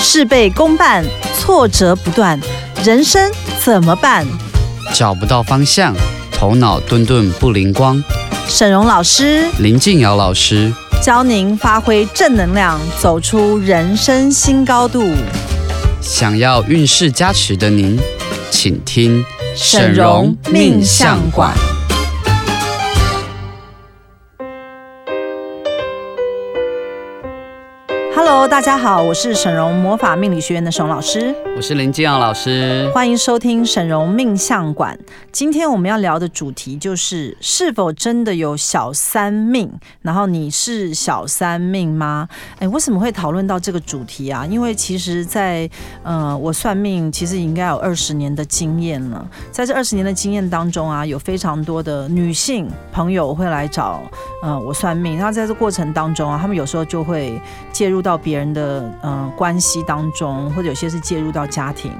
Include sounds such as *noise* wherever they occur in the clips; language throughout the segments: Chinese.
事倍功半，挫折不断，人生怎么办？找不到方向，头脑顿顿不灵光。沈荣老师林静瑶老师，教您发挥正能量，走出人生新高度。想要运势加持的您，请听沈荣命相馆。Hello，大家好，我是沈荣魔法命理学院的沈荣老师，我是林静瑶老师。欢迎收听沈荣命相馆。今天我们要聊的主题就是是否真的有小三命？然后你是小三命吗？哎，为什么会讨论到这个主题啊？因为其实在，呃，我算命其实应该有二十年的经验了。在这二十年的经验当中啊，有非常多的女性朋友会来找呃我算命。那在这过程当中啊，他们有时候就会介入到别人的呃关系当中，或者有些是介入到家庭。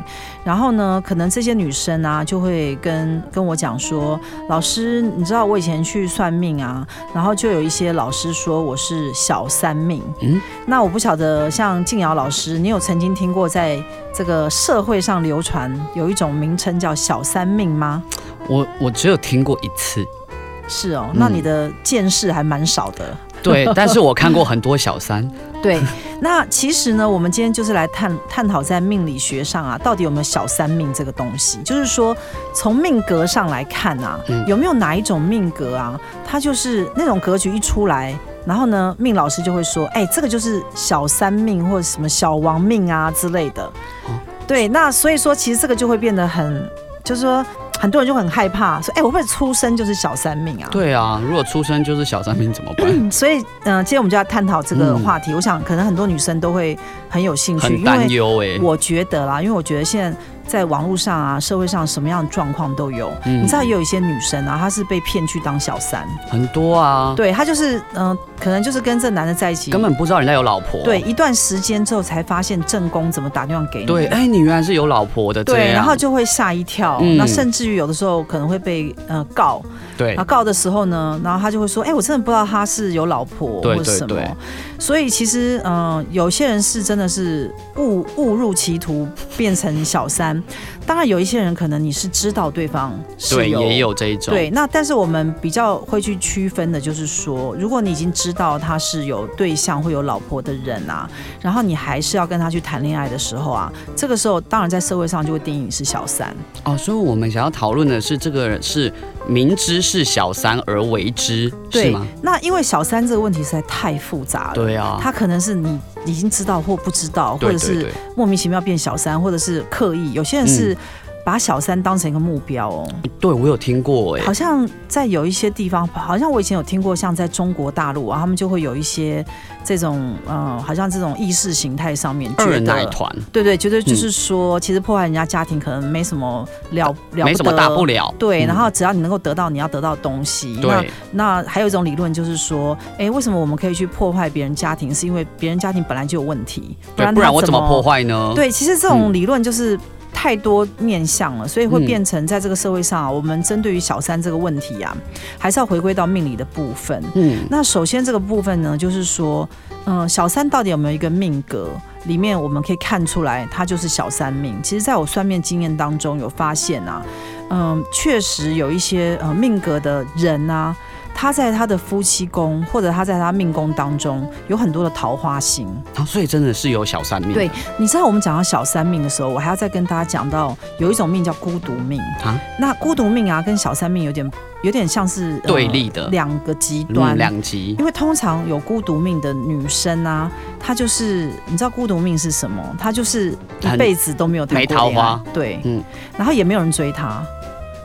然后呢，可能这些女生啊就会跟跟我讲说，老师，你知道我以前去算命啊，然后就有一些老师说我是小三命。嗯，那我不晓得像静瑶老师，你有曾经听过在这个社会上流传有一种名称叫小三命吗？我我只有听过一次，是哦，嗯那你的见识还蛮少的。 *laughs* 对，但是我看过很多小三。对，那其实呢，我们今天就是来探探讨在命理学上啊，到底有没有小三命这个东西？就是说，从命格上来看啊，嗯有没有哪一种命格啊，它就是那种格局一出来，然后呢，命老师就会说，哎，这个就是小三命或者什么小王命啊之类的。哦对，那所以说，其实这个就会变得很，就是说，很多人就很害怕，说，哎，我会不会出生就是小三命啊？对啊，如果出生就是小三命怎么办？所以，嗯、今天我们就要探讨这个嗯话题。我想，可能很多女生都会很有兴趣，很因担为忧哎。我觉得啦，因为我觉得现在在网络上啊，社会上什么样的状况都有。嗯你知道，也有一些女生啊，她是被骗去当小三，很多啊，对她就是，嗯、可能就是跟这男的在一起，根本不知道人家有老婆。对一段时间之后才发现正宫怎么打电话给你。对，哎，你原来是有老婆的这样。对，然后就会吓一跳，嗯那甚至于有的时候可能会被呃告，对然后告的时候呢，然后他就会说：“哎、我真的不知道他是有老婆对或者对什么。对所以其实，嗯、有些人是真的是误误入歧途，变成小三。当然，有一些人可能你是知道对方是对，也有这一种。对，那但是我们比较会去区分的，就是说，如果你已经知道他是有对象或有老婆的人啊，然后你还是要跟他去谈恋爱的时候啊，这个时候当然在社会上就会定义你是小三。哦，所以我们想要讨论的是，这个人是明知是小三而为之，是对吗？，那因为小三这个问题实在太复杂了。对啊，他可能是你已经知道或不知道，或对者对嗯是对，莫名其妙变小三，或者是刻意。有些人是把小三当成一个目标哦，对我有听过哎、好像在有一些地方，好像我以前有听过，像在中国大陆啊，他们就会有一些这种，嗯、好像这种意识形态上面二觉奶嗯得。团对对，觉得就是说，其实破坏人家家庭可能没什么了了不得，没什么大不了，对，嗯然后只要你能够得到你要得到的东西，那对那还有一种理论就是说，哎，为什么我们可以去破坏别人家庭？是因为别人家庭本来就有问题，对，不他然我怎么破？坏呢？对，其实这种理论就是。太多面向了，所以会嗯变成在这个社会上啊，我们针对于小三这个问题啊，还是要回归到命理的部分。嗯，那首先这个部分呢，就是说，嗯、小三到底有没有一个命格？里面我们可以看出来，它就是小三命。其实，在我算命经验当中有发现啊，嗯，确实有一些呃命格的人啊，他在他的夫妻宫或者他在他命宫当中有很多的桃花星。啊所以真的是有小三命，对，嗯你知道我们讲到小三命的时候，我还要再跟大家讲到有一种命叫孤独命啊那孤独命啊，跟小三命有点有点像是、呃对立的两个极端，嗯，两极因为通常有孤独命的女生啊，她就是你知道孤独命是什么？她就是一辈子都没有谈没过桃恋爱花，对，嗯然后也没有人追她，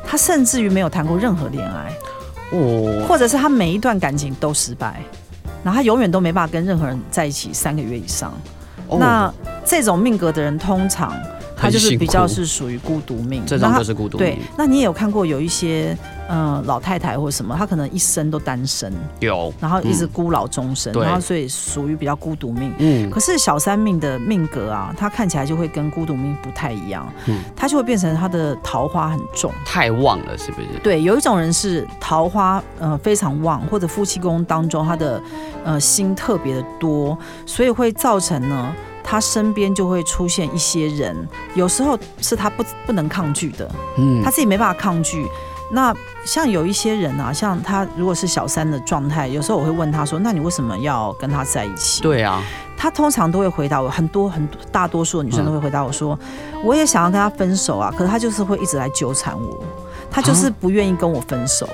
她甚至于没有谈过任何恋爱，哦，或者是她每一段感情都失败，然后她永远都没办法跟任何人在一起三个月以上。哦那这种命格的人，通常她很就是辛比较苦是属于孤独命，这那种她就是孤独对命，。那你也有看过有一些呃老太太或什么，她可能一生都单身。有然后一直嗯孤老终生，对然后所以属于比较孤独命。嗯可是小三命的命格啊，它看起来就会跟孤独命不太一样，嗯它就会变成它的桃花很重。太旺了，是不是？对，有一种人是桃花呃非常旺，或者夫妻宫当中他的呃心特别的多，所以会造成呢他身边就会出现一些人，有时候是他不不能抗拒的，嗯他自己没办法抗拒。那像有一些人啊，像他如果是小三的状态，有时候我会问他说：“那你为什么要跟他在一起？”对啊，他通常都会回答我，很多很多大多数的女生都会回答我说，嗯我也想要跟他分手啊，可是他就是会一直来纠缠我，他就是不愿意跟我分手。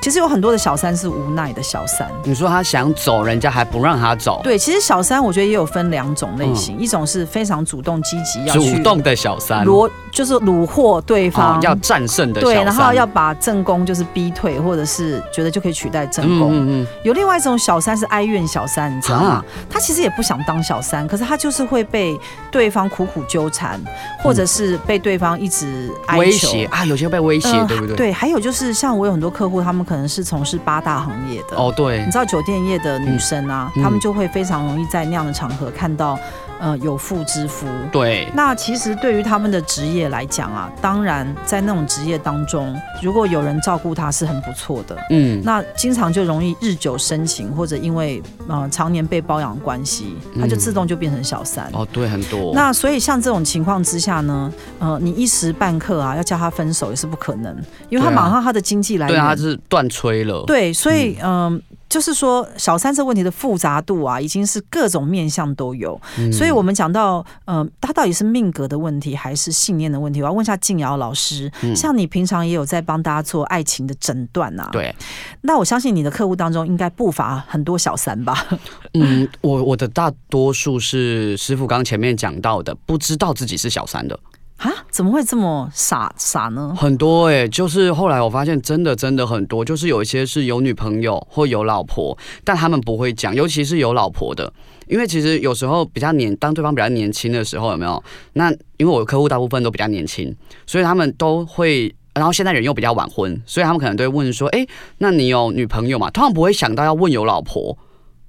其实有很多的小三是无奈的小三。你说他想走，人家还不让他走，对，其实小三我觉得也有分两种类型，一种是非常主动积极要去嗯主动的小三，罗，就是虏获对啊方，要战胜的小对，三，然后要把正宫就是逼退，或者是觉得就可以取代正宫。嗯嗯有另外一种小三是哀怨小三，你知道吗？啊他其实也不想当小三，可是他就是会被对方苦苦纠缠，或者是被对方一直哀求嗯，威胁。啊，有些被威胁，嗯对不对？，对，还有就是像我有很多客户，他们可能是从事八大行业的，哦对你，知道酒店业的女生啊，嗯嗯她们就会非常容易在那样的场合看到，呃，有妇之夫。对，那其实对于他们的职业来讲啊，当然在那种职业当中，如果有人照顾她是很不错的。嗯，那经常就容易日久生情，或者因为呃常年被包养关系，他就自动就变成小三。嗯哦对，很多，那所以像这种情况之下呢，呃，你一时半刻啊要叫他分手也是不可能，因为他对啊马上他的经济来对源，啊，他是断吹了，对所以嗯、就是说小三这问题的复杂度啊，已经是各种面向都有。嗯所以我们讲到，嗯，他到底是命格的问题还是信念的问题？我要问一下静瑶老师，嗯像你平常也有在帮大家做爱情的诊断啊，对，那我相信你的客户当中应该不乏很多小三 *laughs* 吧？嗯，我我的大多数是师傅刚前面讲到的，不知道自己是小三的啊，怎么会这么傻傻呢？很多哎、就是后来我发现真的真的很多，就是有一些是有女朋友或有老婆，但他们不会讲，尤其是有老婆的，因为其实有时候比较年，当对方比较年轻的时候，有没有？那因为我的客户大部分都比较年轻，所以他们都会。然后现在人又比较晚婚，所以他们可能都会问说：“哎，那你有女朋友吗？”通常不会想到要问有老婆。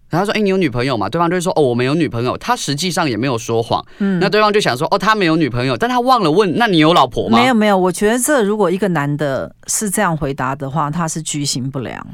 然后他说：“哎，你有女朋友吗？”对方就会说：“哦，我没有女朋友。”他实际上也没有说谎。嗯，那对方就想说：“哦，他没有女朋友，但他忘了问，那你有老婆吗？”没有没有，我觉得这如果一个男的是这样回答的话，他是居心不良，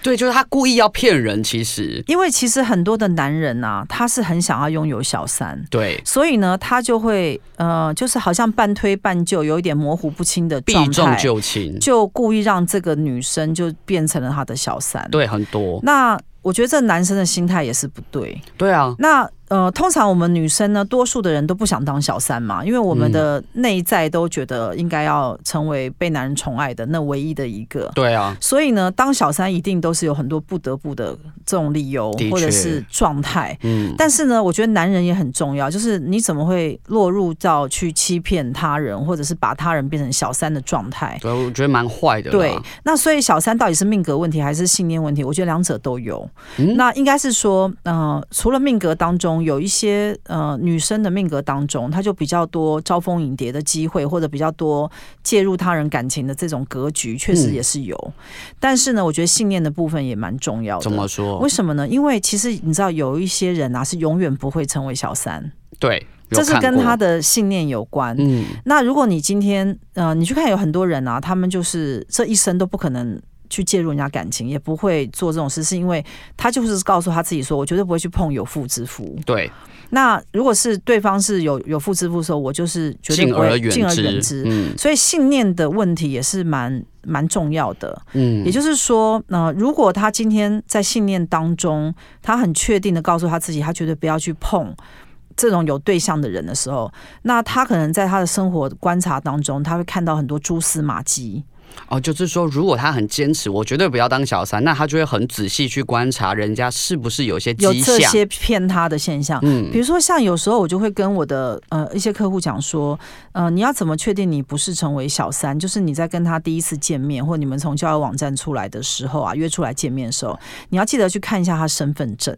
对，就是他故意要骗人，其实因为其实很多的男人啊，他是很想要拥有小三。对所以呢，他就会呃，就是好像半推半就，有一点模糊不清的避状态，重就轻，就故意让这个女生就变成了他的小三。，对很多，那我觉得这男生的心态也是不对。对啊，那呃，通常我们女生呢，多数的人都不想当小三嘛，因为我们的嗯内在都觉得应该要成为被男人宠爱的那唯一的一个。对啊，所以呢，当小三一定都是有很多不得不的这种理由的确或者是状态。嗯，但是呢，我觉得男人也很重要，就是你怎么会落入到去欺骗他人，或者是把他人变成小三的状态？对，我觉得蛮坏的啦，对，那所以小三到底是命格问题还是信念问题？我觉得两者都有。嗯那应该是说，呃，除了命格当中有一些呃女生的命格当中，她就比较多招蜂引蝶的机会，或者比较多介入他人感情的这种格局，确实嗯也是有。但是呢，我觉得信念的部分也蛮重要的。怎么为说？什么呢？因为其实你知道，有一些人啊是永远不会成为小三，对，有这是看跟过他的信念有关。嗯，那如果你今天，呃，你去看有很多人啊，他们就是这一生都不可能去介入人家感情，也不会做这种事，是因为他就是告诉他自己说，我绝对不会去碰有妇之夫。对，那如果是对方是有有妇之夫的时候，我就是绝对敬不会而远敬而远之，之。嗯所以信念的问题也是蛮蛮重要的。嗯，也就是说，呃，如果他今天在信念当中，他很确定的告诉他自己，他绝对不要去碰这种有对象的人的时候，那他可能在他的生活观察当中，他会看到很多蛛丝马迹。哦，就是说，如果他很坚持，我绝对不要当小三，那他就会很仔细去观察人家是不是有一些有迹这象，些骗他的现象。嗯比如说，像有时候我就会跟我的呃一些客户讲说，呃，你要怎么确定你不是成为小三？就是你在跟他第一次见面，或你们从交友网站出来的时候啊，约出来见面的时候，你要记得去看一下他身份证。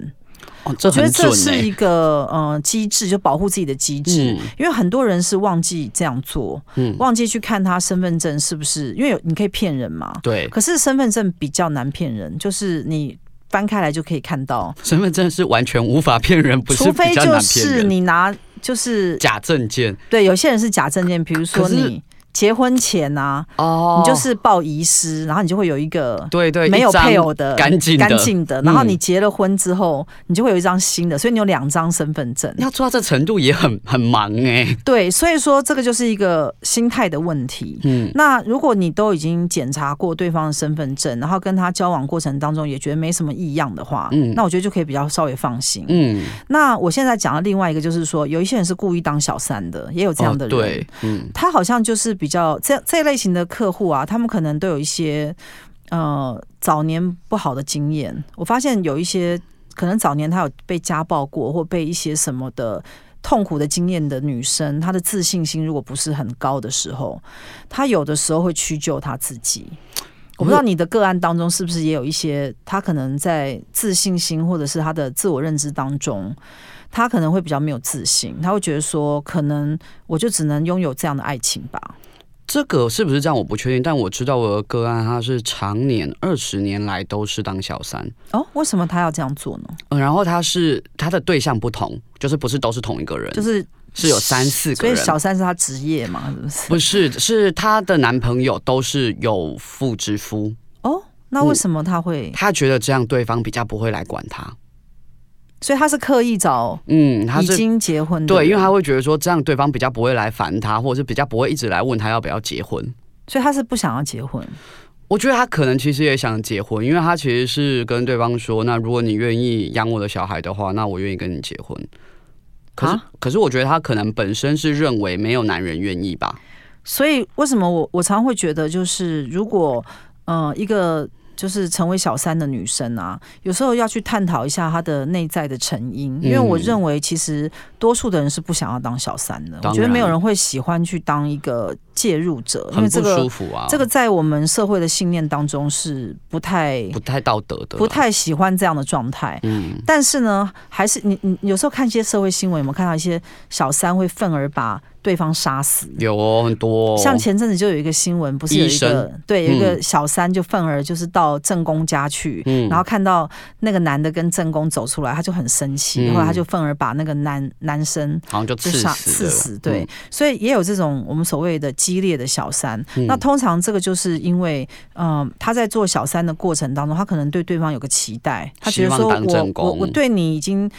哦，这我觉得很这准是哎、一个呃机制，就保护自己的机制。嗯因为很多人是忘记这样做，嗯，忘记去看他身份证是不是，因为有你可以骗人嘛。对，可是身份证比较难骗人，就是你翻开来就可以看到，身份证是完全无法骗人，不是除比非较就难骗是人，你拿就是假证件，对，有些人是假证件，比如说可是你结婚前啊，哦你就是报遗失，然后你就会有一个对对，没有一张配偶的干净的干净的，嗯然后你结了婚之后，你就会有一张新的，所以你有两张身份证。要做到这程度也很 *laughs* 很忙哎、对，所以说这个就是一个心态的问题。嗯，那如果你都已经检查过对方的身份证，然后跟他交往过程当中也觉得没什么异样的话，*laughs* 嗯那我觉得就可以比较稍微放心。嗯，那我现在讲的另外一个就是说，有一些人是故意当小三的，也有这样的哦人。对，嗯，他好像就是比较这这一类型的客户啊，他们可能都有一些呃早年不好的经验。我发现有一些可能早年他有被家暴过，或被一些什么的。痛苦的经验的女生，她的自信心如果不是很高的时候，她有的时候会屈就她自己。我不知道你的个案当中是不是也有一些，她可能在自信心或者是她的自我认知当中，她可能会比较没有自信，她会觉得说，可能我就只能拥有这样的爱情吧。这个是不是这样我不确定，但我知道我的个案他是常年二十年来都是当小三，哦，为什么他要这样做呢？嗯，然后他是他的对象不同，就是不是都是同一个人，就是是有三四所个以人。小三是他职业嘛，是不是？不是，是她的男朋友都是有妇之夫，哦，那为什么他会？她觉得这样对方比较不会来管她。所以他是刻意找嗯，她已是经结婚的人，对，因为她会觉得说这样对方比较不会来烦她，或者是比较不会一直来问她要不要结婚。所以他是不想要结婚。我觉得她可能其实也想结婚，因为她其实是跟对方说，那如果你愿意养我的小孩的话，那我愿意跟你结婚。可是，啊可是我觉得她可能本身是认为没有男人愿意吧。所以为什么我我常会觉得，就是如果呃一个就是成为小三的女生啊，有时候要去探讨一下她的内在的成因，嗯因为我认为其实多数的人是不想要当小三的，当然我觉得没有人会喜欢去当一个介入者，因很为不这舒个服啊，这个在我们社会的信念当中是不太不太道德的，不太喜欢这样的状态。嗯，但是呢，还是你你有时候看一些社会新闻，有没有看到一些小三会愤而把对方杀死？有哦，很多、哦，像前阵子就有一个新闻，不是有一医个生对有一个小三就愤而就是到正宫家去，嗯然后看到那个男的跟正宫走出来，他就很生气，嗯后来他就愤而把那个男男生好像就就刺死嗯杀了刺死。对，，所以也有这种我们所谓的激烈的小三。嗯那通常这个就是因为，嗯、他在做小三的过程当中，他可能对对方有个期待，他觉得希说望当我正宫我我对你已经。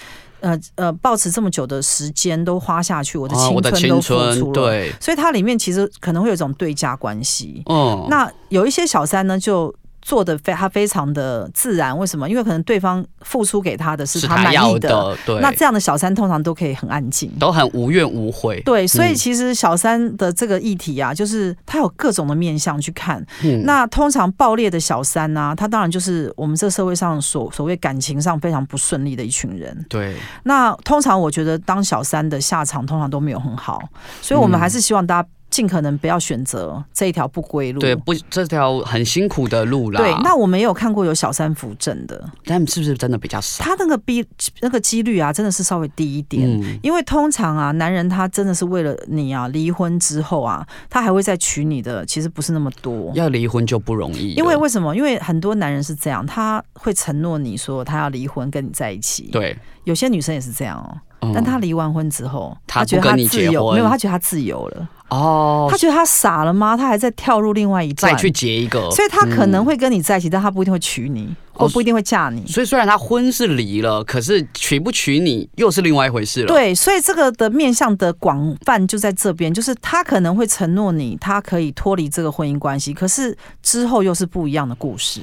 呃呃，抱持这么久的时间都花下去，我的啊青我的春都付青出春，了，对，所以它里面其实可能会有一种对价关系。嗯，那有一些小三呢，就做的非他非常的自然，为什么？因为可能对方付出给他的是是他满要意的，，对，那这样的小三通常都可以很安静。都很无怨无悔，对，所以嗯其实小三的这个议题啊，就是它有各种的面向去看。嗯那通常爆裂的小三呢、他当然就是我们这社会上所所谓感情上非常不顺利的一群人。对，那通常我觉得当小三的下场通常都没有很好，所以我们嗯还是希望大家尽可能不要选择这一条不归路。对，不，这条很辛苦的路啦。对那我们也有看过有小三扶正的，但是不是真的比较少？他那个比那个几率啊，真的是稍微低一点。嗯，因为通常啊，男人他真的是为了你啊，离婚之后啊，他还会再娶你的，其实不是那么多。要离婚就不容易了，因为为什么？因为很多男人是这样，他会承诺你说他要离婚跟你在一起。，对，有些女生也是这样哦。嗯但他离完婚之后，他觉得不他跟你自结由，婚没有，他觉得他自由了。哦他，觉得他傻了吗？他还在跳入另外一段，再去结一个，所以他可能会跟你在一起，但他不一定会娶你，或哦不一定会嫁你。所以虽然他婚是离了，可是娶不娶你又是另外一回事了。，对，所以这个的面向的广泛就在这边，就是他可能会承诺你，他可以脱离这个婚姻关系，可是之后又是不一样的故事。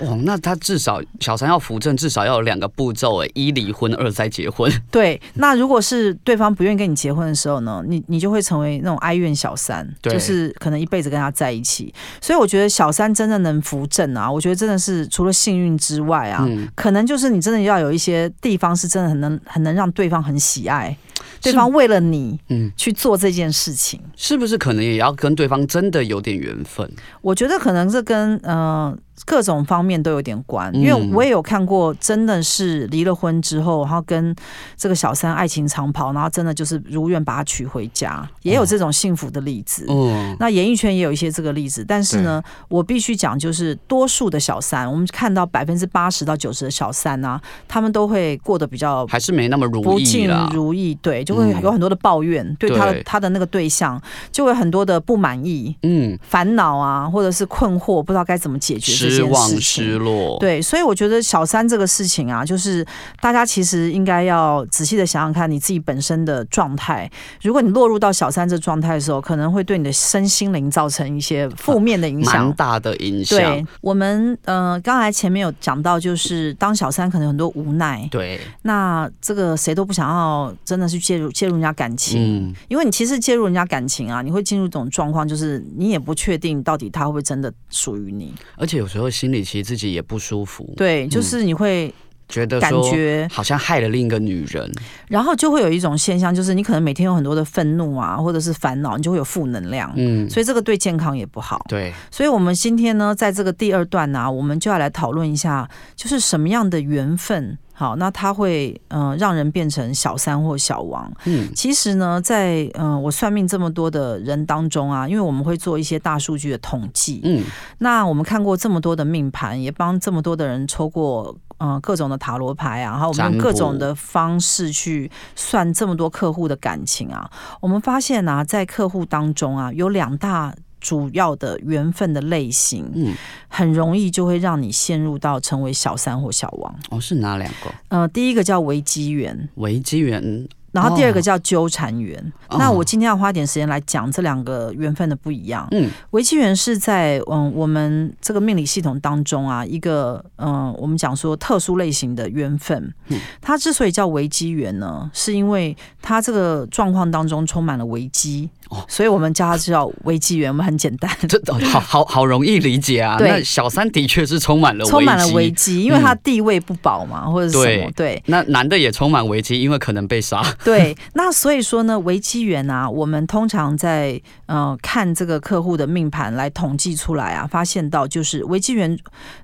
哇，那他至少小三要扶正，至少要有两个步骤诶，一离婚，二再结婚。对，那如果是对方不愿意跟你结婚的时候呢，你你就会成为那种哀怨小三，对就是可能一辈子跟他在一起。所以我觉得小三真的能扶正啊，我觉得真的是除了幸运之外啊。嗯，可能就是你真的要有一些地方是真的很能很能让对方很喜爱，对是方为了你嗯去做这件事情。是不是可能也要跟对方真的有点缘分？我觉得可能是跟呃各种方面都有点关，嗯因为我也有看过，真的是离了婚之后，然后跟这个小三爱情长跑，然后真的就是如愿把他娶回家，也有这种幸福的例子。嗯，那演艺圈也有一些这个例子，但是呢，我必须讲，就是多数的小三，我们看到百分之八十到九十的小三啊，他们都会过得比较还是没那么如不意尽啦。如意，对，就会嗯有很多的抱怨，对他的对他的那个对象，就会很多的不满意、嗯，烦恼啊，或者是困惑，不知道该怎么解决这失件望、事失情。落，，对，所以我觉得小三这个事情啊，就是大家其实应该要仔细的想想看你自己本身的状态。如果你落入到小三这状态的时候，可能会对你的身心灵造成一些负面的影响蛮。大的影响对。我们，呃，刚才前面有讲到，就是当小三可能有很多无奈，对，那这个谁都不想要，真的是介入介入人家感情，嗯，因为你其实介入人家感情啊，你会进入这种状况，就是你也不确定到底他会不会真的属于你，而且有时候心里其实自己也不舒服，，对，就是你会觉得感嗯说觉，好像害了另一个女人，然后就会有一种现象，就是你可能每天有很多的愤怒啊，或者是烦恼，你就会有负能量。嗯，所以这个对健康也不好，对，所以我们今天呢，在这个第二段呢、我们就要来讨论一下，就是什么样的缘分，好，那它会嗯、呃让人变成小三或小王。嗯，其实呢，在呃我算命这么多的人当中啊，因为我们会做一些大数据的统计，嗯，那我们看过这么多的命盘，也帮这么多的人抽过。呃，各种的塔罗牌啊，然后我们占用卜各种的方式去算这么多客户的感情啊，我们发现啊，在客户当中啊，有两大主要的缘分的类型，嗯，很容易就会让你陷入到成为小三或小王。哦，是哪两个？呃，第一个叫危机缘，危机缘，然后第二个哦叫纠缠缘。哦那我今天要花点时间来讲这两个缘分的不一样。 *laughs* 嗯，维基缘是在嗯我们这个命理系统当中啊，一个嗯我们讲说特殊类型的缘分。嗯它之所以叫维基缘呢，是因为它这个状况当中充满了危机，哦所以我们叫它叫维基缘。我们很简单，这哦好好好容易理解啊。对那小三的确是充满了 *laughs* 充满了危危机，嗯机，因为他地位不保嘛，或者是什么对那男的也充满危机，因为可能被杀。 *laughs* 对，那所以说呢，危机源啊，我们通常在呃看这个客户的命盘来统计出来啊，发现到就是危机源，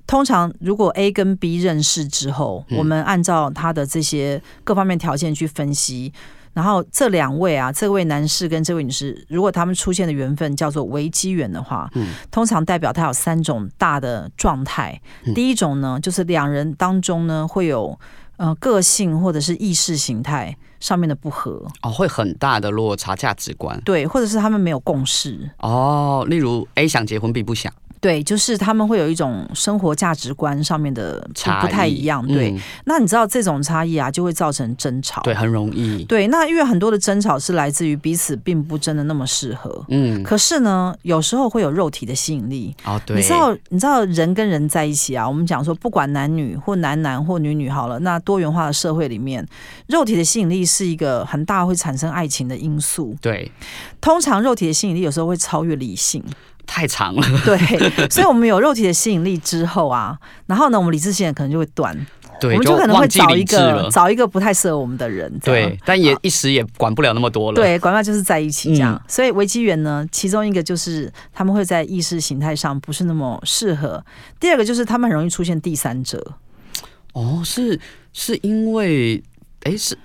通常如果 A 跟 B 认识之后，我们按照他的这些各方面条件去分析。然后这两位啊，这位男士跟这位女士，如果他们出现的缘分叫做危机缘的话，嗯通常代表他有三种大的状态。第一种呢，就是两人当中呢会有呃个性或者是意识形态上面的不合，哦，会很大的落差价值观。对，或者是他们没有共识，哦，例如 A 想结婚，B 不想，对，就是他们会有一种生活价值观上面的差不不太异一样，对。嗯那你知道这种差异啊，就会造成争吵，对，很容易。对，那因为很多的争吵是来自于彼此并不真的那么适合。嗯，可是呢，有时候会有肉体的吸引力。哦，对，你知道，你知道人跟人在一起啊，我们讲说，不管男女或男男或女女好了，那多元化的社会里面，肉体的吸引力是一个很大会产生爱情的因素。对，通常肉体的吸引力有时候会超越理性，太长了。 *laughs* 对，所以我们有肉体的吸引力之后啊，然后呢，我们理智线可能就会断，对，我们就可能会忘记找一理智个了。找一个不太适合我们的人，这样啊对，，但也一时也管不了那么多了。，对，管他就是在一起这样。嗯所以危机源呢，其中一个就是他们会在意识形态上不是那么适合，第二个就是他们很容易出现第三者，哦，是是因为，哎，是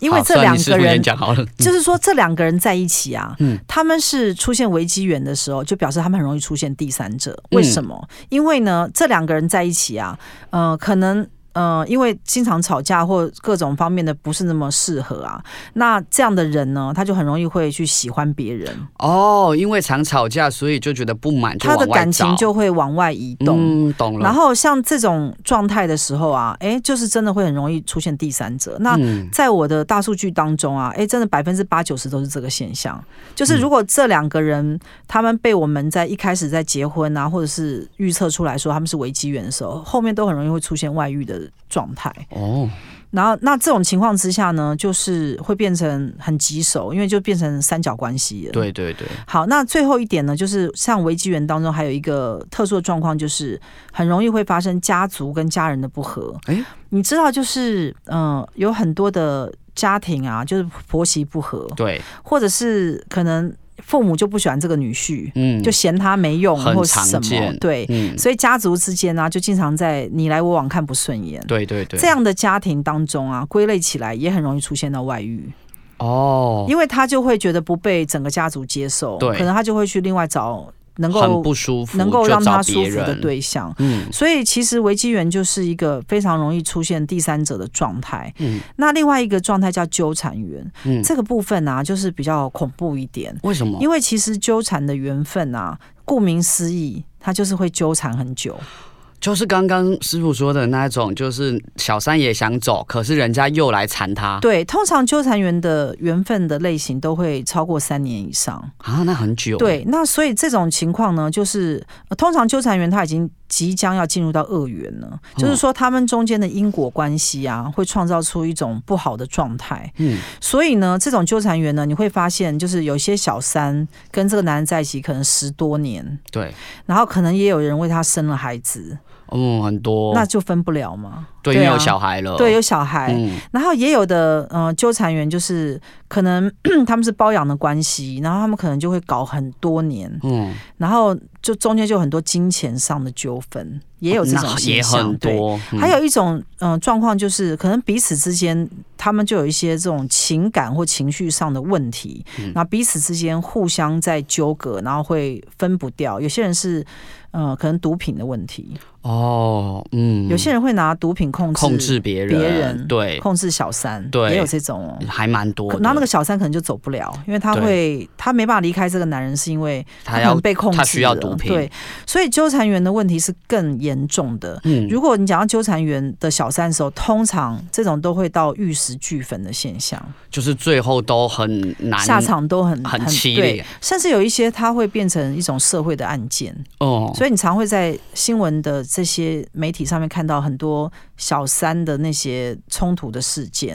因为好这算两你师个傅人先。讲好了，嗯就是说，这两个人在一起啊，嗯他们是出现危机源的时候，就表示他们很容易出现第三者。嗯为什么？因为呢，这两个人在一起啊，呃，可能呃，因为经常吵架或各种方面的不是那么适合啊，那这样的人呢，他就很容易会去喜欢别人。哦，因为常吵架，所以就觉得不满，就他的往外感情找就会往外移动。嗯、懂了。然后像这种状态的时候啊，诶，就是真的会很容易出现第三者。那嗯在我的大数据当中啊，诶，真的百分之八九十都是这个现象。就是如果这两个人他们被我们在一开始在结婚啊，或者是预测出来说他们是危机缘的时候，后面都很容易会出现外遇的状态。嗯哦，然后那这种情况之下呢，就是会变成很棘手，因为就变成三角关系了。对对对，好，那最后一点呢，就是像危机源当中还有一个特殊的状况，就是很容易会发生家族跟家人的不和。诶你知道，就是嗯、呃有很多的家庭啊，就是婆媳不和，对或者是可能父母就不喜欢这个女婿，嗯，就嫌他没用很或是常什么见，对，嗯，所以家族之间啊，就经常在你来我往看不顺眼。对对对，这样的家庭当中啊，归类起来也很容易出现到外遇，哦，因为他就会觉得不被整个家族接受，对可能他就会去另外找能很够不舒服，能够就让找他别舒服的人，对象。嗯所以其实危机源就是一个非常容易出现第三者的状态。嗯那另外一个状态叫纠缠源，嗯，哦这个部分啊，就是比较恐怖一点，为什么？因为其实纠缠的缘分啊，顾名思义，它就是会纠缠很久。啊就是刚刚师傅说的那一种，就是小三也想走，可是人家又来缠他对，通常纠缠员的缘分的类型都会超过三年以上。啊，那很久。对，那所以这种情况呢，就是、呃通常纠缠员他已经即将要进入到恶缘了，就是说他们中间的因果关系啊，会创造出一种不好的状态。嗯，所以呢，这种纠缠员呢，你会发现就是有些小三跟这个男人在一起可能十多年，对，然后可能也有人为他生了孩子，嗯，很多。那就分不了嘛。对，因对为啊有小孩了。对，有小孩，哦嗯，然后也有的呃纠缠员就是可能 *clears throat* 他们是包养的关系，然后他们可能就会搞很多年，嗯，然后就中间就很多金钱上的纠纷，也有这种哦那现也象很对多，嗯还有一种嗯、呃状况就是，可能彼此之间他们就有一些这种情感或情绪上的问题，嗯然后彼此之间互相在纠葛，然后会分不掉。有些人是呃可能毒品的问题，哦，嗯，有些人会拿毒品控制控制别人，别人对，控制小三，对也有这种哦。还蛮多的。可然后那个小三可能就走不了，因为他对会他没办法离开这个男人，是因为他他可要能被控制他需要了毒品对，所以纠缠员的问题是更严重的。嗯如果你讲到纠缠员的小三的时候，通常这种都会到玉石俱焚的现象，就是最后都很难下场都很很凄对，凉甚至有一些它会变成一种社会的案件，哦，所以你常会在新闻的这些媒体上面看到很多小三的那些冲突的事件，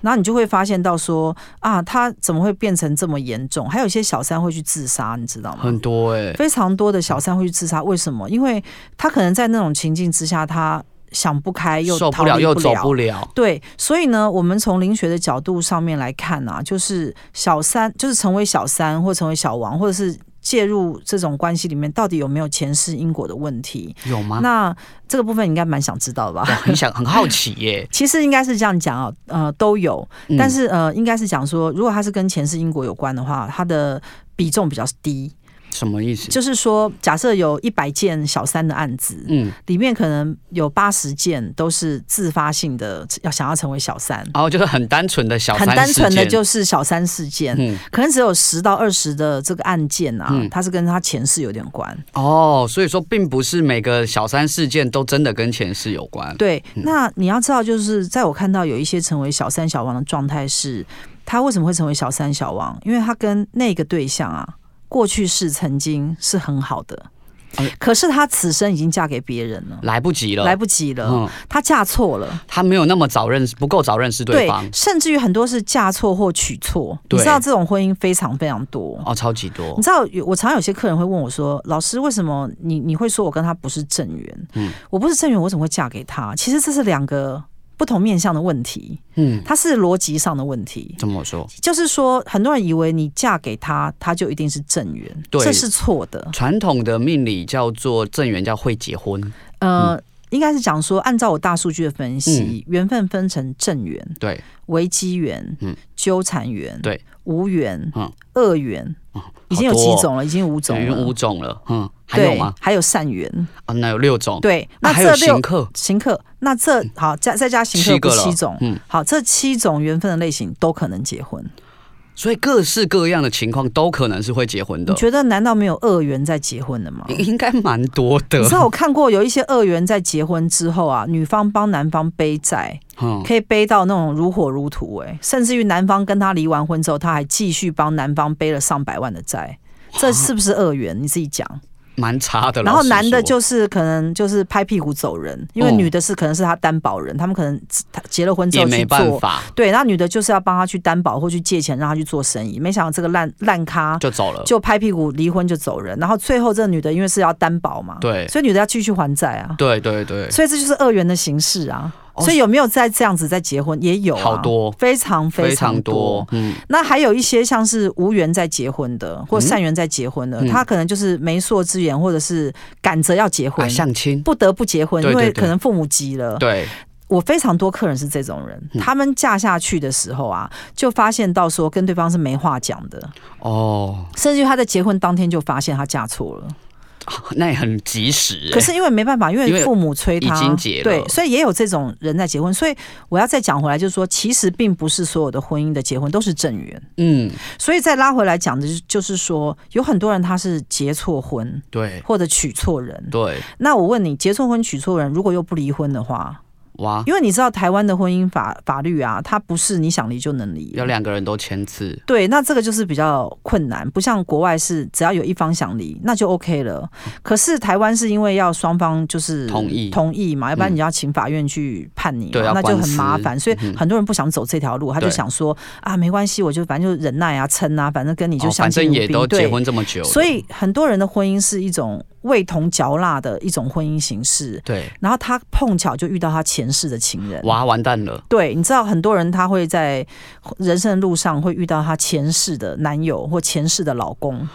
然后你就会发现到说啊，他怎么会变成这么严重？还有一些小三会去自杀，你知道吗？很多哎、非常多的小三会去自杀，为什么？因为他可能在那种情境之下，他想不开又受逃不离了又不走了不了，对，所以呢，我们从灵学的角度上面来看啊，就是小三，就是成为小三或成为小王，或者是介入这种关系里面，到底有没有前世因果的问题？有吗？那这个部分应该蛮想知道的吧？我很想很好奇 *laughs* 耶、其实应该是这样讲啊，呃，都有，嗯但是呃，应该是讲说，如果它是跟前世因果有关的话，它的比重比较低。什么意思？就是说，假设有一百件小三的案子，嗯，里面可能有八十件都是自发性的要想要成为小三，然后就是很单纯的小很三单纯的事件就是小三事件，嗯可能只有十到二十的这个案件啊，嗯它是跟他前世有点关。哦，所以说并不是每个小三事件都真的跟前世有关。对，那你要知道，就是在我看到有一些成为小三小王的状态是，他为什么会成为小三小王？因为他跟那个对象啊，过去是曾经是很好的哎，可是他此生已经嫁给别人了，来不及了，来不及了，嗯，他嫁错了。他没有那么早认识，不够早认识对方。甚至于很多是嫁错或娶错，你对知道这种婚姻非常非常多。哦，超级多你，知道，有我常有些客人会问我说：“老师，为什么你你会说我跟他不是正缘？嗯我不是正缘，我怎么会嫁给他？其实这是两个不同面向的问题，嗯，它是逻辑上的问题。怎么说？就是说，很多人以为你嫁给他，他就一定是正缘，对这是错的。传统的命理叫做正缘，叫会结婚，呃，应该是讲说，按照我大数据的分析，嗯缘分分成正缘、对，危机缘、嗯纠缠缘、对无缘嗯、恶缘，已经有好几多哦种了，已经五种等于了五。种了，嗯，还有对吗？，还有善缘。啊，那有六种，对，那那还有这六行客，嗯行客，那这好再再加行七客个不了七种，嗯，好，这七种缘分的类型都可能结婚。所以各式各样的情况都可能是会结婚你的，觉得难道没有恶缘在结婚的吗？应应该蛮多你的知，道我看过有一些恶缘在结婚之后啊，女方帮男方背债，嗯，可以背到那种如火如荼、欸，甚至于男方跟他离完婚之后，他还继续帮男方背了上百万的债，这是不是恶缘？你自己讲。蛮差的。然后男的啊老实说就是可能就是拍屁股走人，因为哦女的是可能是他担保人，他们可能他结了婚之也后没去办做法，对，那女的就是要帮他去担保或去借钱让他去做生意，没想到这个烂烂咖就走了，就拍屁股离婚就走人，然后最后这个女的因为是要担保嘛，对所以女的要继续还债啊，对对对，所以这就是二元的形式啊，哦所以有没有在这样子在结婚？也有、啊，好多非常非常多。多，嗯，那还有一些像是无缘在结婚的，或善缘在结婚的，嗯他可能就是媒妁之言，或者是赶着要结婚，啊，相亲，不得不结婚，对因为对对可能父母急了。对，我非常多客人是这种人，嗯他们嫁下去的时候啊，就发现到说跟对方是没话讲的，哦，甚至于他在结婚当天就发现他嫁错了。 *laughs* 那也很及时、欸，可是因为没办法，因因为为父母催他，已经结了对，所以也有这种人在结婚。所以我要再讲回来，就是说，其实并不是所有的婚姻的结婚都是正缘。嗯，所以再拉回来讲的，就是就是说，有很多人他是结错婚对或者娶错人。对，那我问你，结错婚娶错人，如果又不离婚的话，哇，因为你知道台湾的婚姻法法律啊，它不是你想离就能离。要两个人都签字，对，那这个就是比较困难，不像国外是只要有一方想离，那就 OK 了。可是台湾是因为要双方就是同意同意嘛，要不然嗯你要请法院去判你嘛，对要那就官很司麻烦。所以嗯哼很多人不想走这条路，他就对想说啊，没关系，我就反正就忍耐啊，撑啊，反正跟你你就相哦反敬正如也宾。都结对，婚这么久了，所以很多人的婚姻是一种味同嚼蜡的一种婚姻形式。对，然后他碰巧就遇到他前世的情人，哇，完蛋了，对，你知道很多人他会在人生的路上会遇到他前世的男友或前世的老公，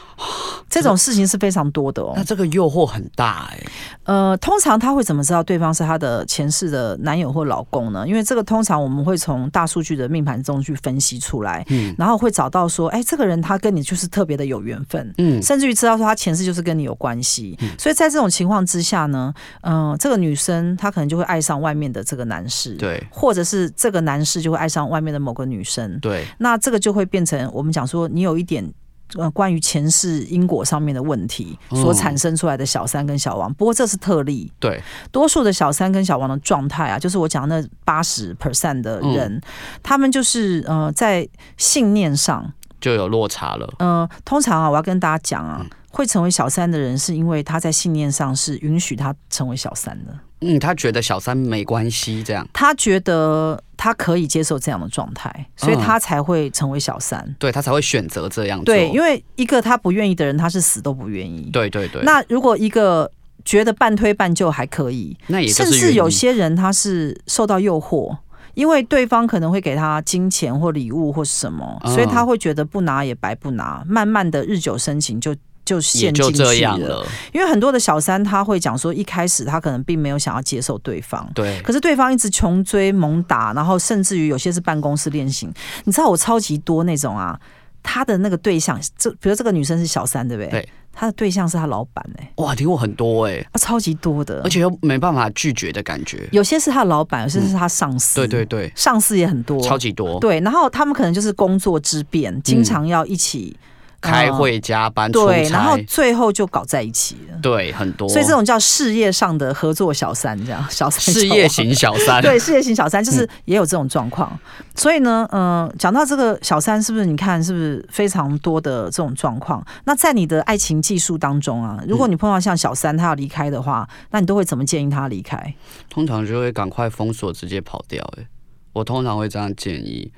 这种事情是非常多的哦那。这个诱惑很大哎、呃，通常他会怎么知道对方是他的前世的男友或老公呢？因为这个通常我们会从大数据的命盘中去分析出来，嗯然后会找到说，哎，这个人他跟你就是特别的有缘分。嗯，甚至于知道说他前世就是跟你有关系，所以在这种情况之下呢，嗯、这个女生她可能就会爱上外面的这个男士，对或者是这个男士就会爱上外面的某个女生，对，那这个就会变成我们讲说，你有一点。呃，关于前世因果上面的问题嗯所产生出来的小三跟小王，不过这是特例，对，多数的小三跟小王的状态啊，就是我讲的那八十 percent 的人，他们就是呃在信念上，就有落差了。呃，通常啊，我要跟大家讲啊，会成为小三的人，是因为他在信念上是允许他成为小三的，嗯，他觉得小三没关系，这样他觉得他可以接受这样的状态，所以嗯他才会成为小三。对他才会选择这样做。对，因为为一个他不愿意的人，他是死都不愿意。对对对，那如果一个觉得半推半就还可以，那也就甚是至愿有意些人他是受到诱惑。因为对方可能会给他金钱或礼物或什么，嗯所以他会觉得不拿也白不拿，慢慢的日久生情就就也陷进就去这样了。因为很多的小三他会讲说，一开始他可能并没有想要接受对方，对，可是对方一直穷追猛打，然后甚至于有些是办公室恋情。你知道我超级多那种啊，他的那个对象，这比如这个女生是小三，对不对？对，他的对象是他老板哎、哇，听过很多哎、啊超级多的而，且又没办法拒绝的感觉。有些是他的老板，有些是他上司，对对，对，上司也很多，超级多，对。然后他们可能就是工作之便，经常要一起、嗯开呃会加班出对，然后差，哦最后就搞在一起了。对，很多。所以这 *laughs* 种叫事业上的合作小三，这样小三事小业王型小 *laughs* 三，对，事业型小三嗯就是也有这种状况。所以呢，嗯、讲到这个小三，是不是你看是不是非常多的这种状况？那在你的爱情技术当中啊，如果嗯你碰到像小三他要离开的话，那你都会怎么建议他离开？通常就会赶快封锁，直接跑掉、欸。我通常会这样建议。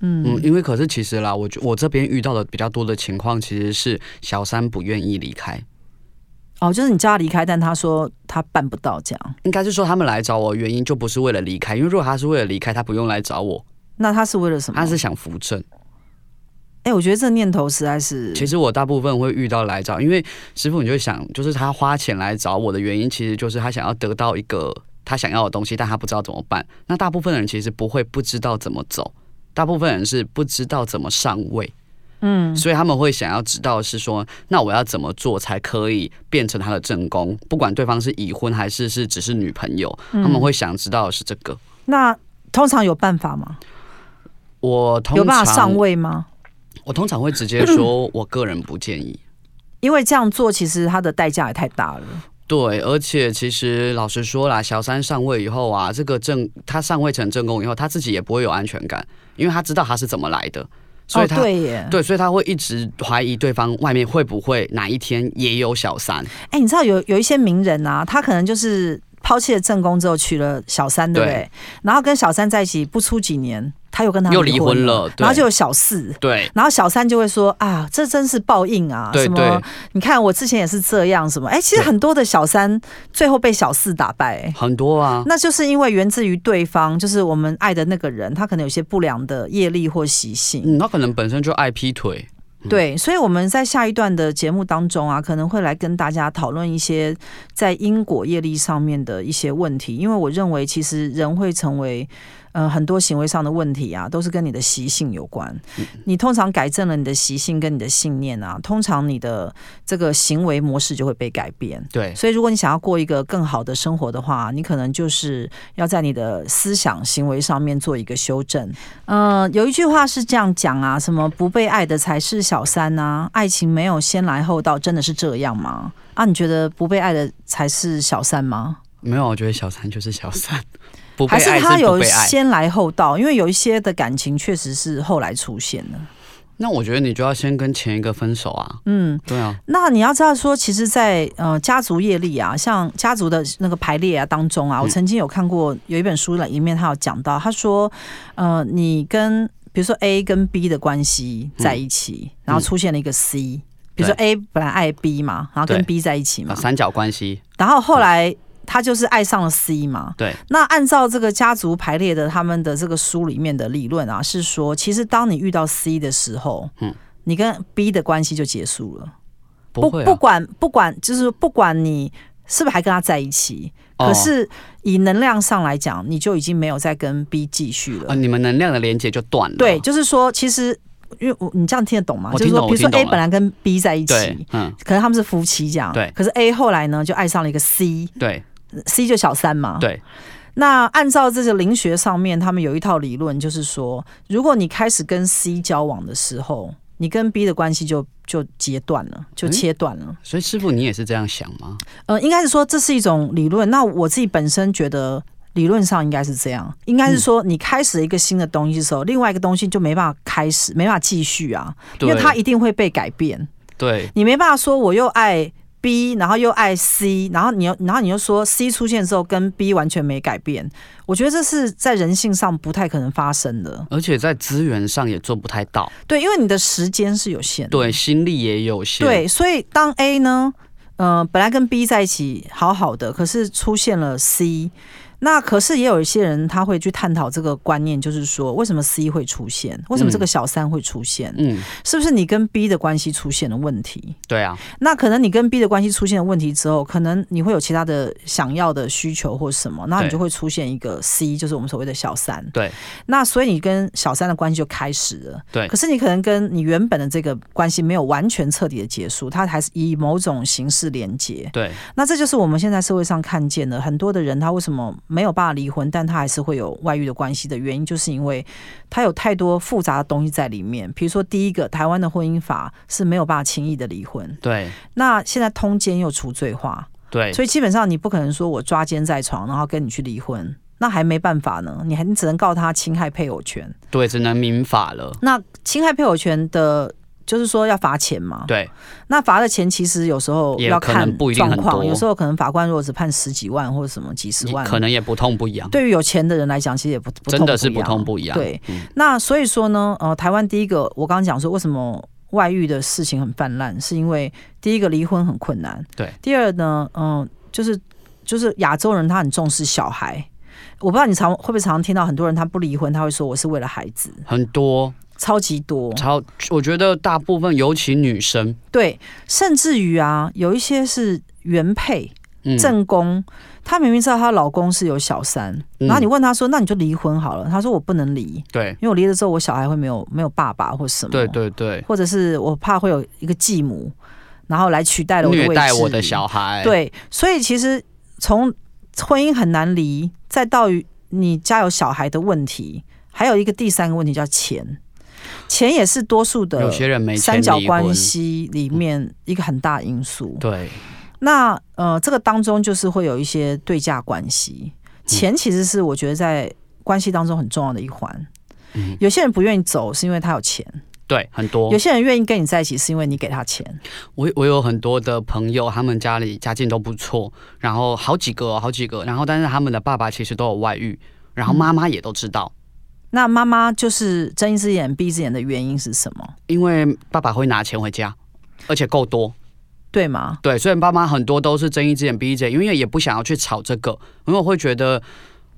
嗯嗯，因为可是其实啦，我觉我这边遇到的比较多的情况，其实是小三不愿意离开，哦，就是你叫他离开，但他说他办不到这样，应该是说他们来找我的原因就不是为了离开，因为如果他是为了离开，他不用来找我，那他是为了什么？他是想扶正。哎、我觉得这念头实在是，其实我大部分会遇到来找，因为师傅你就会想，就是他花钱来找我的原因，其实就是他想要得到一个他想要的东西，但他不知道怎么办。那大部分人其实不会不知道怎么走，大部分人是不知道怎么上位，嗯所以他们会想要知道是说，那我要怎么做才可以变成他的正宫？不管对方是已婚还是是只是女朋友，嗯他们会想知道的是这个。那通常有办法吗？我通有办常法上位吗？我通常会直接说， *coughs* 我个人不建议。因为这样做其实他的代价也太大了。对，而且其实老实说啦，小三上位以后啊，这个正他上位成正宫以后，他自己也不会有安全感，因为他知道他是怎么来的，所以哦、他、对耶，对所以他会一直怀疑对方外面会不会哪一天也有小三。哎、你知道有有一些名人啊，他可能就是。抛弃了正宫之后娶了小三，对不对？对然后跟小三在一起不出几年，他又跟他又离婚了，了，对然后就有小四。对然后小三就会说啊，这真是报应啊！对什对么？你看我之前也是这样，什么？哎，其实对很多的小三最后被小四打败、哎很多啊，那就是因为源自于对方，就是我们爱的那个人，他可能有些不良的业力或习性。嗯，他可能本身就爱劈腿，对，所以我们在下一段的节目当中啊，可能会来跟大家讨论一些在因果业力上面的一些问题，因为我认为其实人会成为。呃，很多行为上的问题啊，都是跟你的习性有关。你通常改正了你的习性跟你的信念啊，通常你的这个行为模式就会被改变。对所以，如果你想要过一个更好的生活的话，你可能就是要在你的思想、行为上面做一个修正。嗯，有一句话是这样讲啊，什么不被爱的才是小三啊，爱情没有先来后到，真的是这样吗？啊，你觉得不被爱的才是小三吗？没有，我觉得小三就是小三，不被还爱是他不有被爱。先来后到？因为有一些的感情确实是后来出现的。那我觉得你就要先跟前一个分手啊，嗯，对啊，那你要知道说，其实在，呃家族业力啊，像家族的那个排列啊当中嗯啊，我曾经有看过有一本书里面，他有讲到，他说，呃，你跟比如说 A 跟 B 的关系在一嗯起，然后出现了一个 C，、比如说 A 本来爱 B 嘛，然后跟对 B 在一起嘛啊，三角关系，然后后来他就是爱上了 C 嘛。对。那按照这个家族排列的他们的这个书里面的理论啊，是说，其实当你遇到 C 的时候，嗯你跟 B 的关系就结束了。不会、啊，不管不管，就是不管你是不是还跟他在一起，哦可是以能量上来讲，你就已经没有再跟 B 继续了。啊，你们能量的连接就断了。对，就是说，其实因为我你这样听得懂吗？我就听是懂说，比如说我听懂 A 了本来跟 B 在一对起。，嗯，可是他们是夫妻这样，对可是 A 后来呢，就爱上了一个 C，C 对就小三嘛。对，那按照这个灵学上面，他们有一套理论，就是说，如果你开始跟 C 交往的时候，你跟 B 的关系就就截断了，就诶切断了。所以师傅你也是这样想吗？呃，应该是说这是一种理论。那我自己本身觉得。理论上应该是这样，应该是说你开始一个新的东西的时候，另外一个东西就没办法开始，没办法继续啊，因对，为它一定会被改变。对你没办法说我又爱 B，然后又爱 C，然后你又然后你又说 C 出现之后跟 B 完全没改变，我觉得这是在人性上不太可能发生的。而且在资源上也做不太到，对，因为你的时间是有限的。对，心力也有嗯限，，对，所以当 A 呢，呃，本来跟 B 在一起好好的，可是出现了 C，那可是也有一些人他会去探讨这个观念，就是说为什么 C 会出现，为什么这个小三会出现，嗯，是不是你跟 B 的关系出现了问题？对啊，那可能你跟 B 的关系出现了问题之后，可能你会有其他的想要的需求或什么，那你对就会出现一个 C，就是我们所谓的小三。对，那所以你跟小三的关系就开始了。对可是你可能跟你原本的这个关系没有完全彻底的结束，它还是以某种形式连接。对，那这就是我们现在社会上看见的很多的人，他为什么没有办法离婚，但他还是会有外遇的关系的原因，就是因为他有太多复杂的东西在里面。比如说，第一个，台湾的婚姻法是没有办法轻易的离婚。对，那现在通奸又除罪化，对，所以基本上你不可能说我抓奸在床，然后跟你去离婚，那还没办法呢，你还你只能告他侵害配偶权。对，只能民法了，那侵害配偶权的。就是说要罚钱嘛，对，那罚的钱其实有时候也要可看能不一定状很况，多有时候可能法官如果只判十几万或者什么几十你万，可能也不痛不痒，对于有钱的人来讲，其实也不不痛真的是不痒痛不痒，对，嗯那所以说呢，呃，台湾第一个我刚刚讲说为什么外遇的事情很泛滥，是因为第一个离婚很困难，对，第二呢，嗯、就是就是亚洲人他很重视小孩。我不知道你常会不会常常听到很多人他不离婚，他会说我是为了孩子，很多超级多。超，我觉得大部分尤其女生，对，甚至于啊，有一些是原配嗯，正宫，她明明知道她老公是有小三，嗯然后你问她说，那你就离婚好了，她说我不能离，对，因为我离了之后，我小孩会没有没有爸爸或什么，对对对，或者是我怕会有一个继母，然后来取代了我的位置，虐待我的小孩，，对，所以其实从婚姻很难离，再到于你家有小孩的问题，还有一个第三个问题叫钱，钱也是多数的有些人没钱三角离婚嗯关系里面一个很大因素。对，那呃，这个当中就是会有一些对价关嗯系，钱其实是我嗯觉得在关系当中很重要的一环。有些人不愿意走，是因为他有钱。对，很多有。些人愿意跟你在一起，是因为你给他钱。我我有很多的朋友，他们家里家境都不错，然后好几个哦好几个，然后但是他们的爸爸其实都有外遇，然后嗯妈妈也都知道，那妈妈就是睁一只眼闭一只眼的原因是什么？因为爸爸会拿钱回家，而且够多。对吗？对，所以爸妈很多都是睁一只眼闭一只眼，因为也不想要去吵这个，因为我会觉得。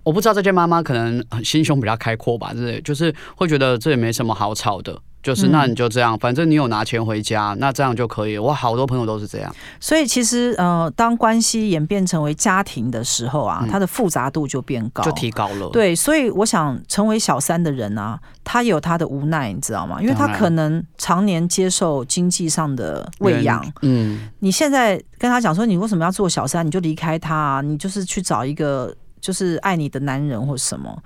我不知道这些妈妈可能呃心胸比较开阔吧，之类，就是会觉得这也没什么好吵的，就是嗯那你就这样，反正你有拿钱回家，那这样就可以了。我好多朋友都是这样，所以其实呃，当关系演变成为家庭的时候啊，嗯它的复杂度就变高，就提高了。，对，所以我想成为小三的人啊，他有他的无奈，你知道吗？因为他当然可能常年接受经济上的喂养。嗯，你现在跟他讲说，你为什么要做小三？你就离开他啊、你就是去找一个就是爱你的男人或什么。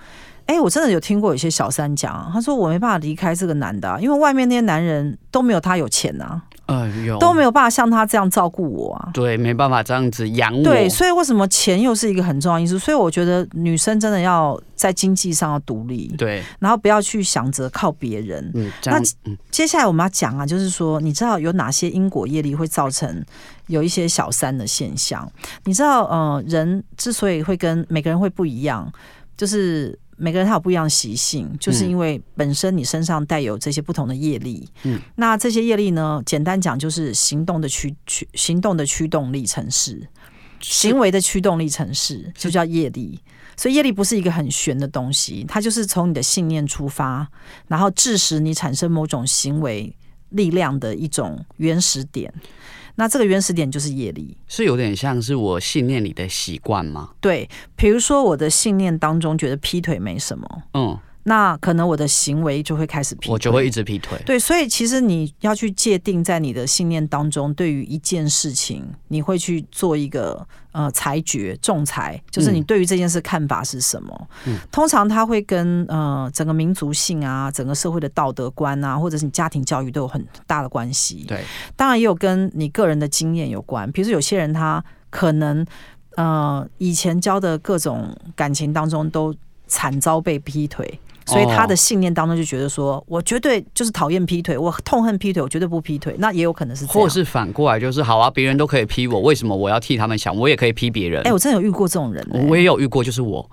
哎，我真的有听过有些小三讲啊、他说我没办法离开这个男的啊、因为外面那些男人都没有他有钱啊，哎呦，都没有办法像他这样照顾我啊。对，没办法这样子养我。对，所以为什么钱又是一个很重要因素？所以我觉得女生真的要在经济上要独立。对，然后不要去想着靠别人。嗯，这样那，嗯，接下来我们要讲啊，就是说，你知道有哪些因果业力会造成有一些小三的现象？你知道，呃，人之所以会跟每个人会不一样，就是。每个人他有不一样的习性，就是因为本身你身上带有这些不同的业力。嗯，那这些业力呢，简单讲就是行动的驱驱行动的驱动力程式，行为的驱动力程式，就叫业力。所以业力不是一个很玄的东西，它就是从你的信念出发，然后致使你产生某种行为力量的一种原始点。那这个原始点就是业力。是有点像是我信念里的习惯吗？对，比如说我的信念当中觉得劈腿没什么，嗯，那可能我的行为就会开始劈腿。我就会一直劈腿。对，所以其实你要去界定在你的信念当中，对于一件事情，你会去做一个呃裁决、仲裁，就是你嗯对于这件事看法是什么。通常它会跟呃整个民族性啊、整个社会的道德观啊，或者是你家庭教育都有很大的关系。对，当然也有跟你个人的经验有关，比如说有些人他可能呃以前交的各种感情当中都惨遭被劈腿。所以他的信念当中就觉得说，我绝对就是讨厌劈腿，我痛恨劈腿，我绝对不劈腿。那也有可能是这或样。者是反过来，就是好啊，别人都可以批我，为什么我要替他们想？我也可以批别人。哎、我真的有遇过这种人、我欸。也有遇过，就是我，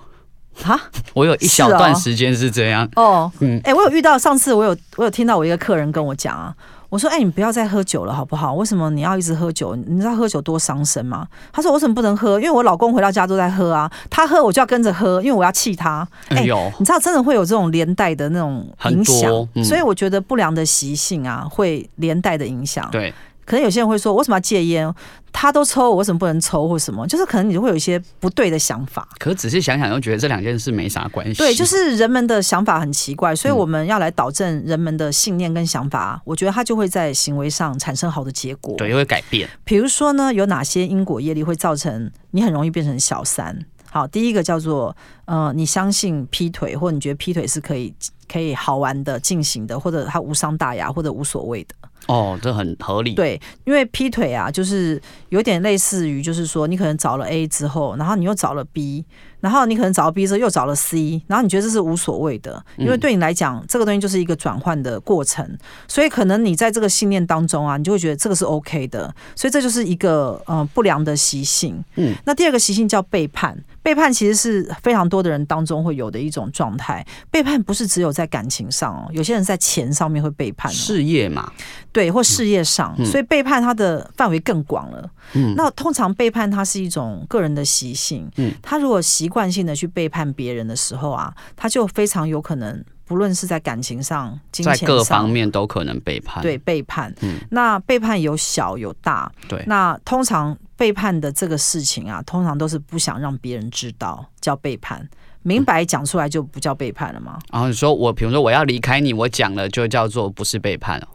哈，我有一小是哦段时间是这样。哦，嗯哎、我有遇到上次我有我有听到我一个客人跟我讲啊，我说哎、你不要再喝酒了好不好？为什么你要一直喝酒？你知道喝酒多伤身吗？他说我为什么不能喝？因为我老公回到家都在喝啊，他喝我就要跟着喝，因为我要气他。哎有，你知道真的会有这种连带的那种影很多响，嗯所以我觉得不良的习性啊会连带的影响。对，可能有些人会说，我为什么要戒烟？他都抽，我为什么不能抽或什么？就是可能你会有一些不对的想法。可仔细想想，又觉得这两件事没啥关系。对，就是人们的想法很奇怪，所以嗯我们要来导正人们的信念跟想法，我觉得它就会在行为上产生好的结果。对，又会改变。比如说呢，有哪些因果业力会造成你很容易变成小三？好，第一个叫做呃，你相信劈腿，或你觉得劈腿是可以可以好玩的进行的，或者它无伤大雅，或者无所谓的。哦，这很合理。对，因为劈腿啊，就是有点类似于，就是说你可能找了 A 之后，然后你又找了 B，然后你可能找了 B 之后又找了 C，然后你觉得这是无所谓的，因为对你来讲，这个东西就是一个转换的过程，所以可能你在这个信念当中啊，你就会觉得这个是 OK 的，所以这就是一个呃不良的习性。嗯，那第二个习性叫背叛，背叛其实是非常多的人当中会有的一种状态。背叛不是只有在感情上哦，有些人在钱上面会背叛、哦，事业嘛，对，或事业上，嗯所以背叛它的范围更广了。嗯那通常背叛它是一种个人的习性，嗯他如果习惯性的去背叛别人的时候啊，他就非常有可能，不论是在感情上、金在钱各方上。面都可能背叛。对，背叛，嗯那背叛有小有大，对那通常背叛的这个事情啊，通常都是不想让别人知道，叫背叛。明白讲出来就不叫背叛了吗？然后你说我，比如说我要离开你，我讲了就叫做不是背叛哦。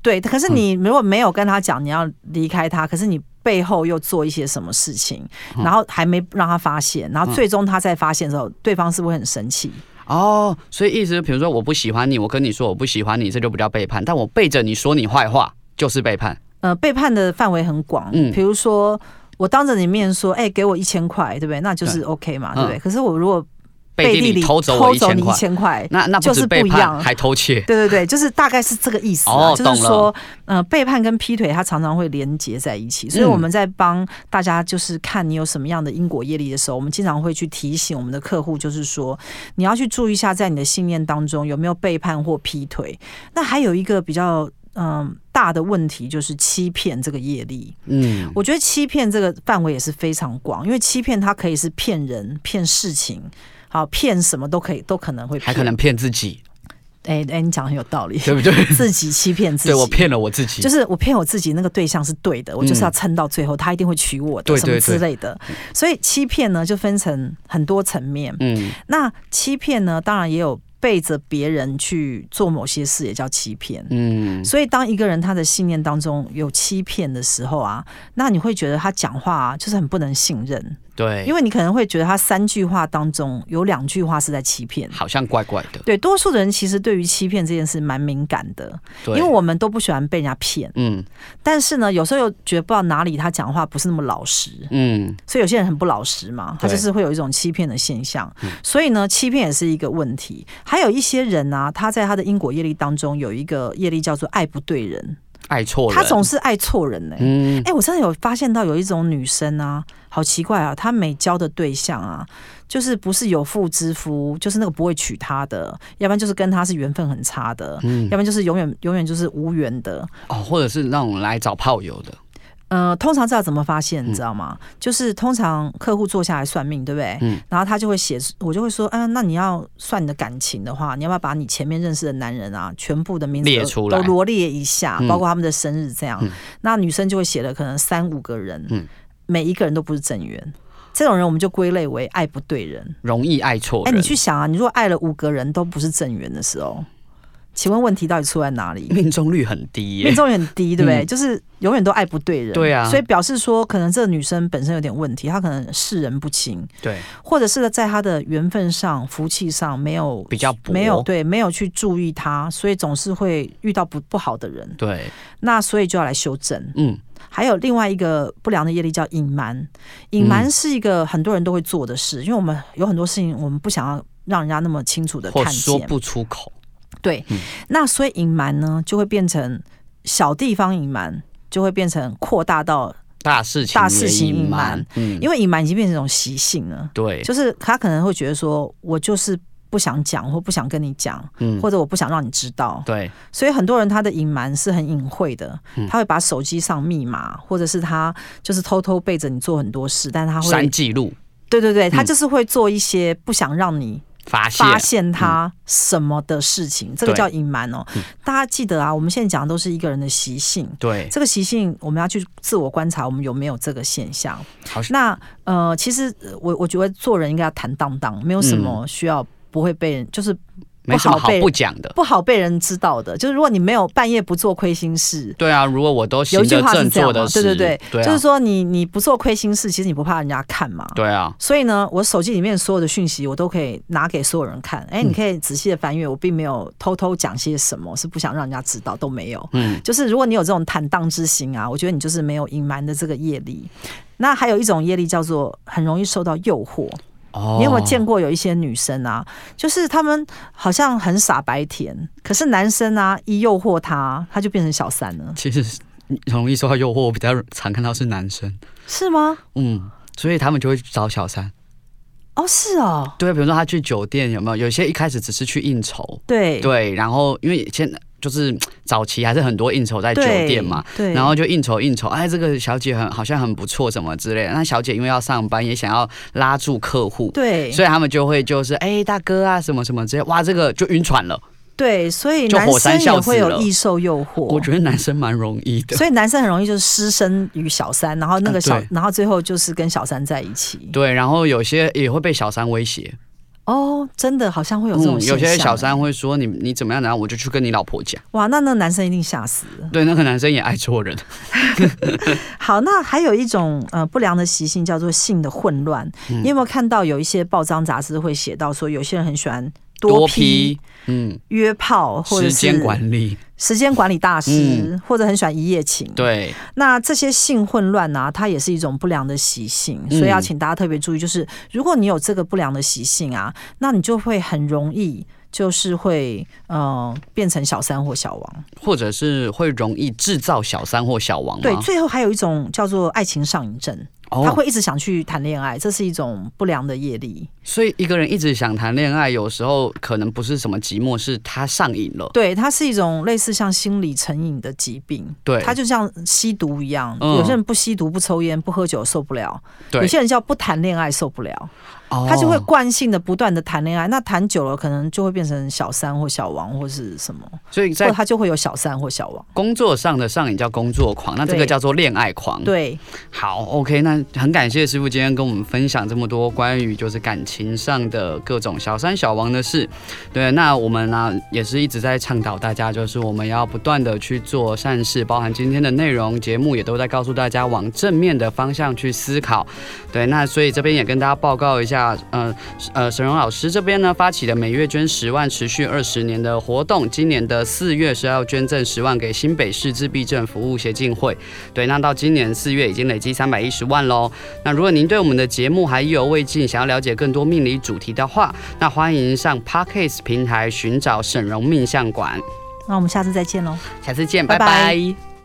对，可嗯是你如果没有跟他讲你要离开他，可是你背后又做一些什么事情，嗯然后还没让他发现，然后最终他在发现的时候，对方是不是会很生气？哦，所以意思，比如说我不喜欢你，我跟你说我不喜欢你，这就不叫背叛，但我背着你说你坏话就是背叛。呃，背叛的范围很广，嗯比如说我当着你面说，哎、给我一千块，对不对？那就是对 OK 嘛，嗯对不对？可是我如果背地里偷走我一偷走千你一块，千块。那那不就是是背不一叛，样还偷窃。 *laughs* 对对对，就是大概是这个意思啊、哦就是懂说，呃，背叛跟劈腿它常常会连结在一起，所以嗯我们在帮大家就是看你有什么样的因果业力的时候，我们经常会去提醒我们的客户，就是说你要去注意一下，在你的信念当中有没有背叛或劈腿。那还有一个比较嗯、大的问题就是欺骗这个业力，嗯，我觉得欺骗这个范围也是非常广，因为欺骗它可以是骗人、骗事情，好骗什么都可以，都可能会骗。还可能骗自己，哎哎，你讲得很有道理，对不对？ *laughs* 自己欺骗自己。对我骗了我自己，嗯就是我骗我自己，那个对象是对的，我就是要撑到最后，他一定会娶我的，对什么对之类的。所以欺骗呢，就分成很多层面。嗯，那欺骗呢，当然也有背着别人去做某些事，也叫欺骗。嗯，所以，当一个人他的信念当中有欺骗的时候啊，那你会觉得他讲话、啊、就是很不能信任，对，因为你可能会觉得他三句话当中有两句话是在欺骗。好像怪怪的，对，多数的人其实对于欺骗这件事蛮敏感的，因对，为我们都不喜欢被人家骗。嗯但是呢，有时候又觉得不知道哪里他讲话不是那么老实，嗯所以有些人很不老实嘛，他对嗯就是会有一种欺骗的现象。所以呢，欺骗也是一个问题。还有一些人啊，他在他的因果业力当中有一个业力叫做爱不对人，爱错人，他总是爱错人呢、欸。嗯哎、我真的有发现到有一种女生啊，好奇怪啊，她每交的对象啊，就是不是有妇之夫，就是那个不会娶她的，要不然就是跟她是缘分很差的，嗯要不然就是永远永远就是无缘的。哦，或者是那种来找炮友的，呃，通常知道怎么发现，你嗯知道吗？就是通常客户坐下来算命，对不对？嗯然后他就会写，我就会说，嗯、那你要算你的感情的话，你要不要把你前面认识的男人啊，全部的名字列都出来都罗列一下，嗯包括他们的生日这样。嗯那女生就会写了可能三五个人，嗯每一个人都不是正缘，这种人我们就归类为爱不对人。容易爱错哎，人。你去想啊，你如果爱了五个人都不是正缘的时候，请问问题到底出在哪里？命中率很低耶、命中率很低，对不对？嗯就是永远都爱不对人，对啊所以表示说，可能这个女生本身有点问题，她可能世人不清，对，或者是在她的缘分上、福气上没有比较薄没有对没有去注意她，所以总是会遇到不不好的人，对，那所以就要来修正。嗯，还有另外一个不良的业力叫隐瞒，隐嗯瞒是一个很多人都会做的事，因为我们有很多事情我们不想要让人家那么清楚的或看说见，不出口，对，嗯那所以隐瞒呢，就会变成小地方隐瞒，就会变成扩大到，大事情大事情也隐隐瞒瞒，嗯，因为隐瞒已经变成一种习性了，对，就是他可能会觉得说，我就是不想讲，或不想跟你讲，嗯，或者我不想让你知道，对，所以很多人他的隐瞒是很隐晦的，嗯他会把手机上密码，或者是他就是偷偷背着你做很多事，但是他删会，记录，对对对，他嗯就是会做一些不想让你发现，嗯发现他什么的事情，这个对嗯叫隐瞒哦。大家记得啊，我们现在讲的都是一个人的习性，对，这个习性我们要去自我观察，我们有没有这个现象。好像那呃，其实呃我我觉得做人应该要坦荡荡，没有什嗯么需要不会被人，就是没什么不好好被不讲的。不好被人知道的。就是如果你没有半夜不做亏心事。对啊，如果我都行有一句得话是正这样做嘛的，对对事，对，对就是啊，说你你不做亏心事，其实你不怕人家看嘛。对啊，所以呢，我手机里面所有的讯息，我都可以拿给所有人看。嗯哎、你可以仔细的翻阅，我并没有偷偷讲些什么，是不想让人家知道，都没有。嗯，就是如果你有这种坦荡之心啊，我觉得你就是没有隐瞒的这个业力。那还有一种业力叫做很容易受到诱惑。哦，你有没有见过有一些女生啊，就是她们好像很傻白甜，可是男生啊一诱惑她，她就变成小三了，其实容易受到诱惑，我比较常看到是男生，是吗？嗯，所以他们就会去找小三。哦，是哦，对，比如说他去酒店有没有？有些一开始只是去应酬，对对，然后因为现在就是早期还是很多应酬在酒店嘛。，对，然后就应酬应酬，哎，这个小姐很好像很不错什么之类的。那小姐因为要上班，也想要拉住客户，对，所以他们就会就是哎大哥啊什么什么之类，哇这个就晕船了。对，所以就男火山生孝也子会有了易受诱惑。我觉得男生蛮容易的，所以男生很容易就失身于小三，然后那啊个小，对然后最后就是跟小三在一起。对，然后有些也会被小三威胁，哦，真的好像会有这种、现嗯有些小象三会说你你怎么样，然后我就去跟你老婆讲。哇，那那男生一定吓死了。对，那个男生也爱错人，好，那还有一种呃不良的习嗯性叫做性的混乱。你有没有看到有一些报章杂志会写到说，有些人很喜欢多批、，嗯，约炮或者时是间管理，嗯时间管理大师，或者很喜欢一夜情。对，那这些性混乱啊，它也是一种不良的习性，嗯所以要请大家特别注意，就是如果你有这个不良的习性啊，那你就会很容易就是会呃变成小三或小王。或者是会容易制造小三或小王吗？对，最后还有一种叫做爱情上瘾症，他哦，会一直想去谈恋爱，这是一种不良的业力。所以一个人一直想谈恋爱，有时候可能不是什么寂寞，是他上瘾了。对，它是一种类似像心理成瘾的疾病，对，它就像吸毒一样，嗯有些人不吸毒、不抽烟、不喝酒受不了，对有些人叫不谈恋爱受不了。哦他就会惯性的不断的谈恋爱，那谈久了可能就会变成小三或小王或是什么，所以或在他就会有小三或小王。工作上的上瘾叫工作狂，那这个对叫做恋爱狂。，对，好，OK，那很感谢师傅今天跟我们分享这么多关于就是感情上的各种小三小王的事。对，那我们呢、也是一直在倡导大家，就是我们要不断的去做善事，包含今天的内容节目也都在告诉大家往正面的方向去思考。对，那所以这边也跟大家报告一下，呃呃，沈荣老师这边呢发起的每月捐十万、持续二十年的活动，今年的四月是要捐赠十万给新北市自闭症服务协进会。对，那到今年四月已经累积三百一十万喽。那如果您对我们的节目还意犹未尽，想要了解更多命理主题的话，那欢迎上 Parkes 平台寻找沈荣命相馆。那我们下次再见喽。下次见，拜拜拜拜。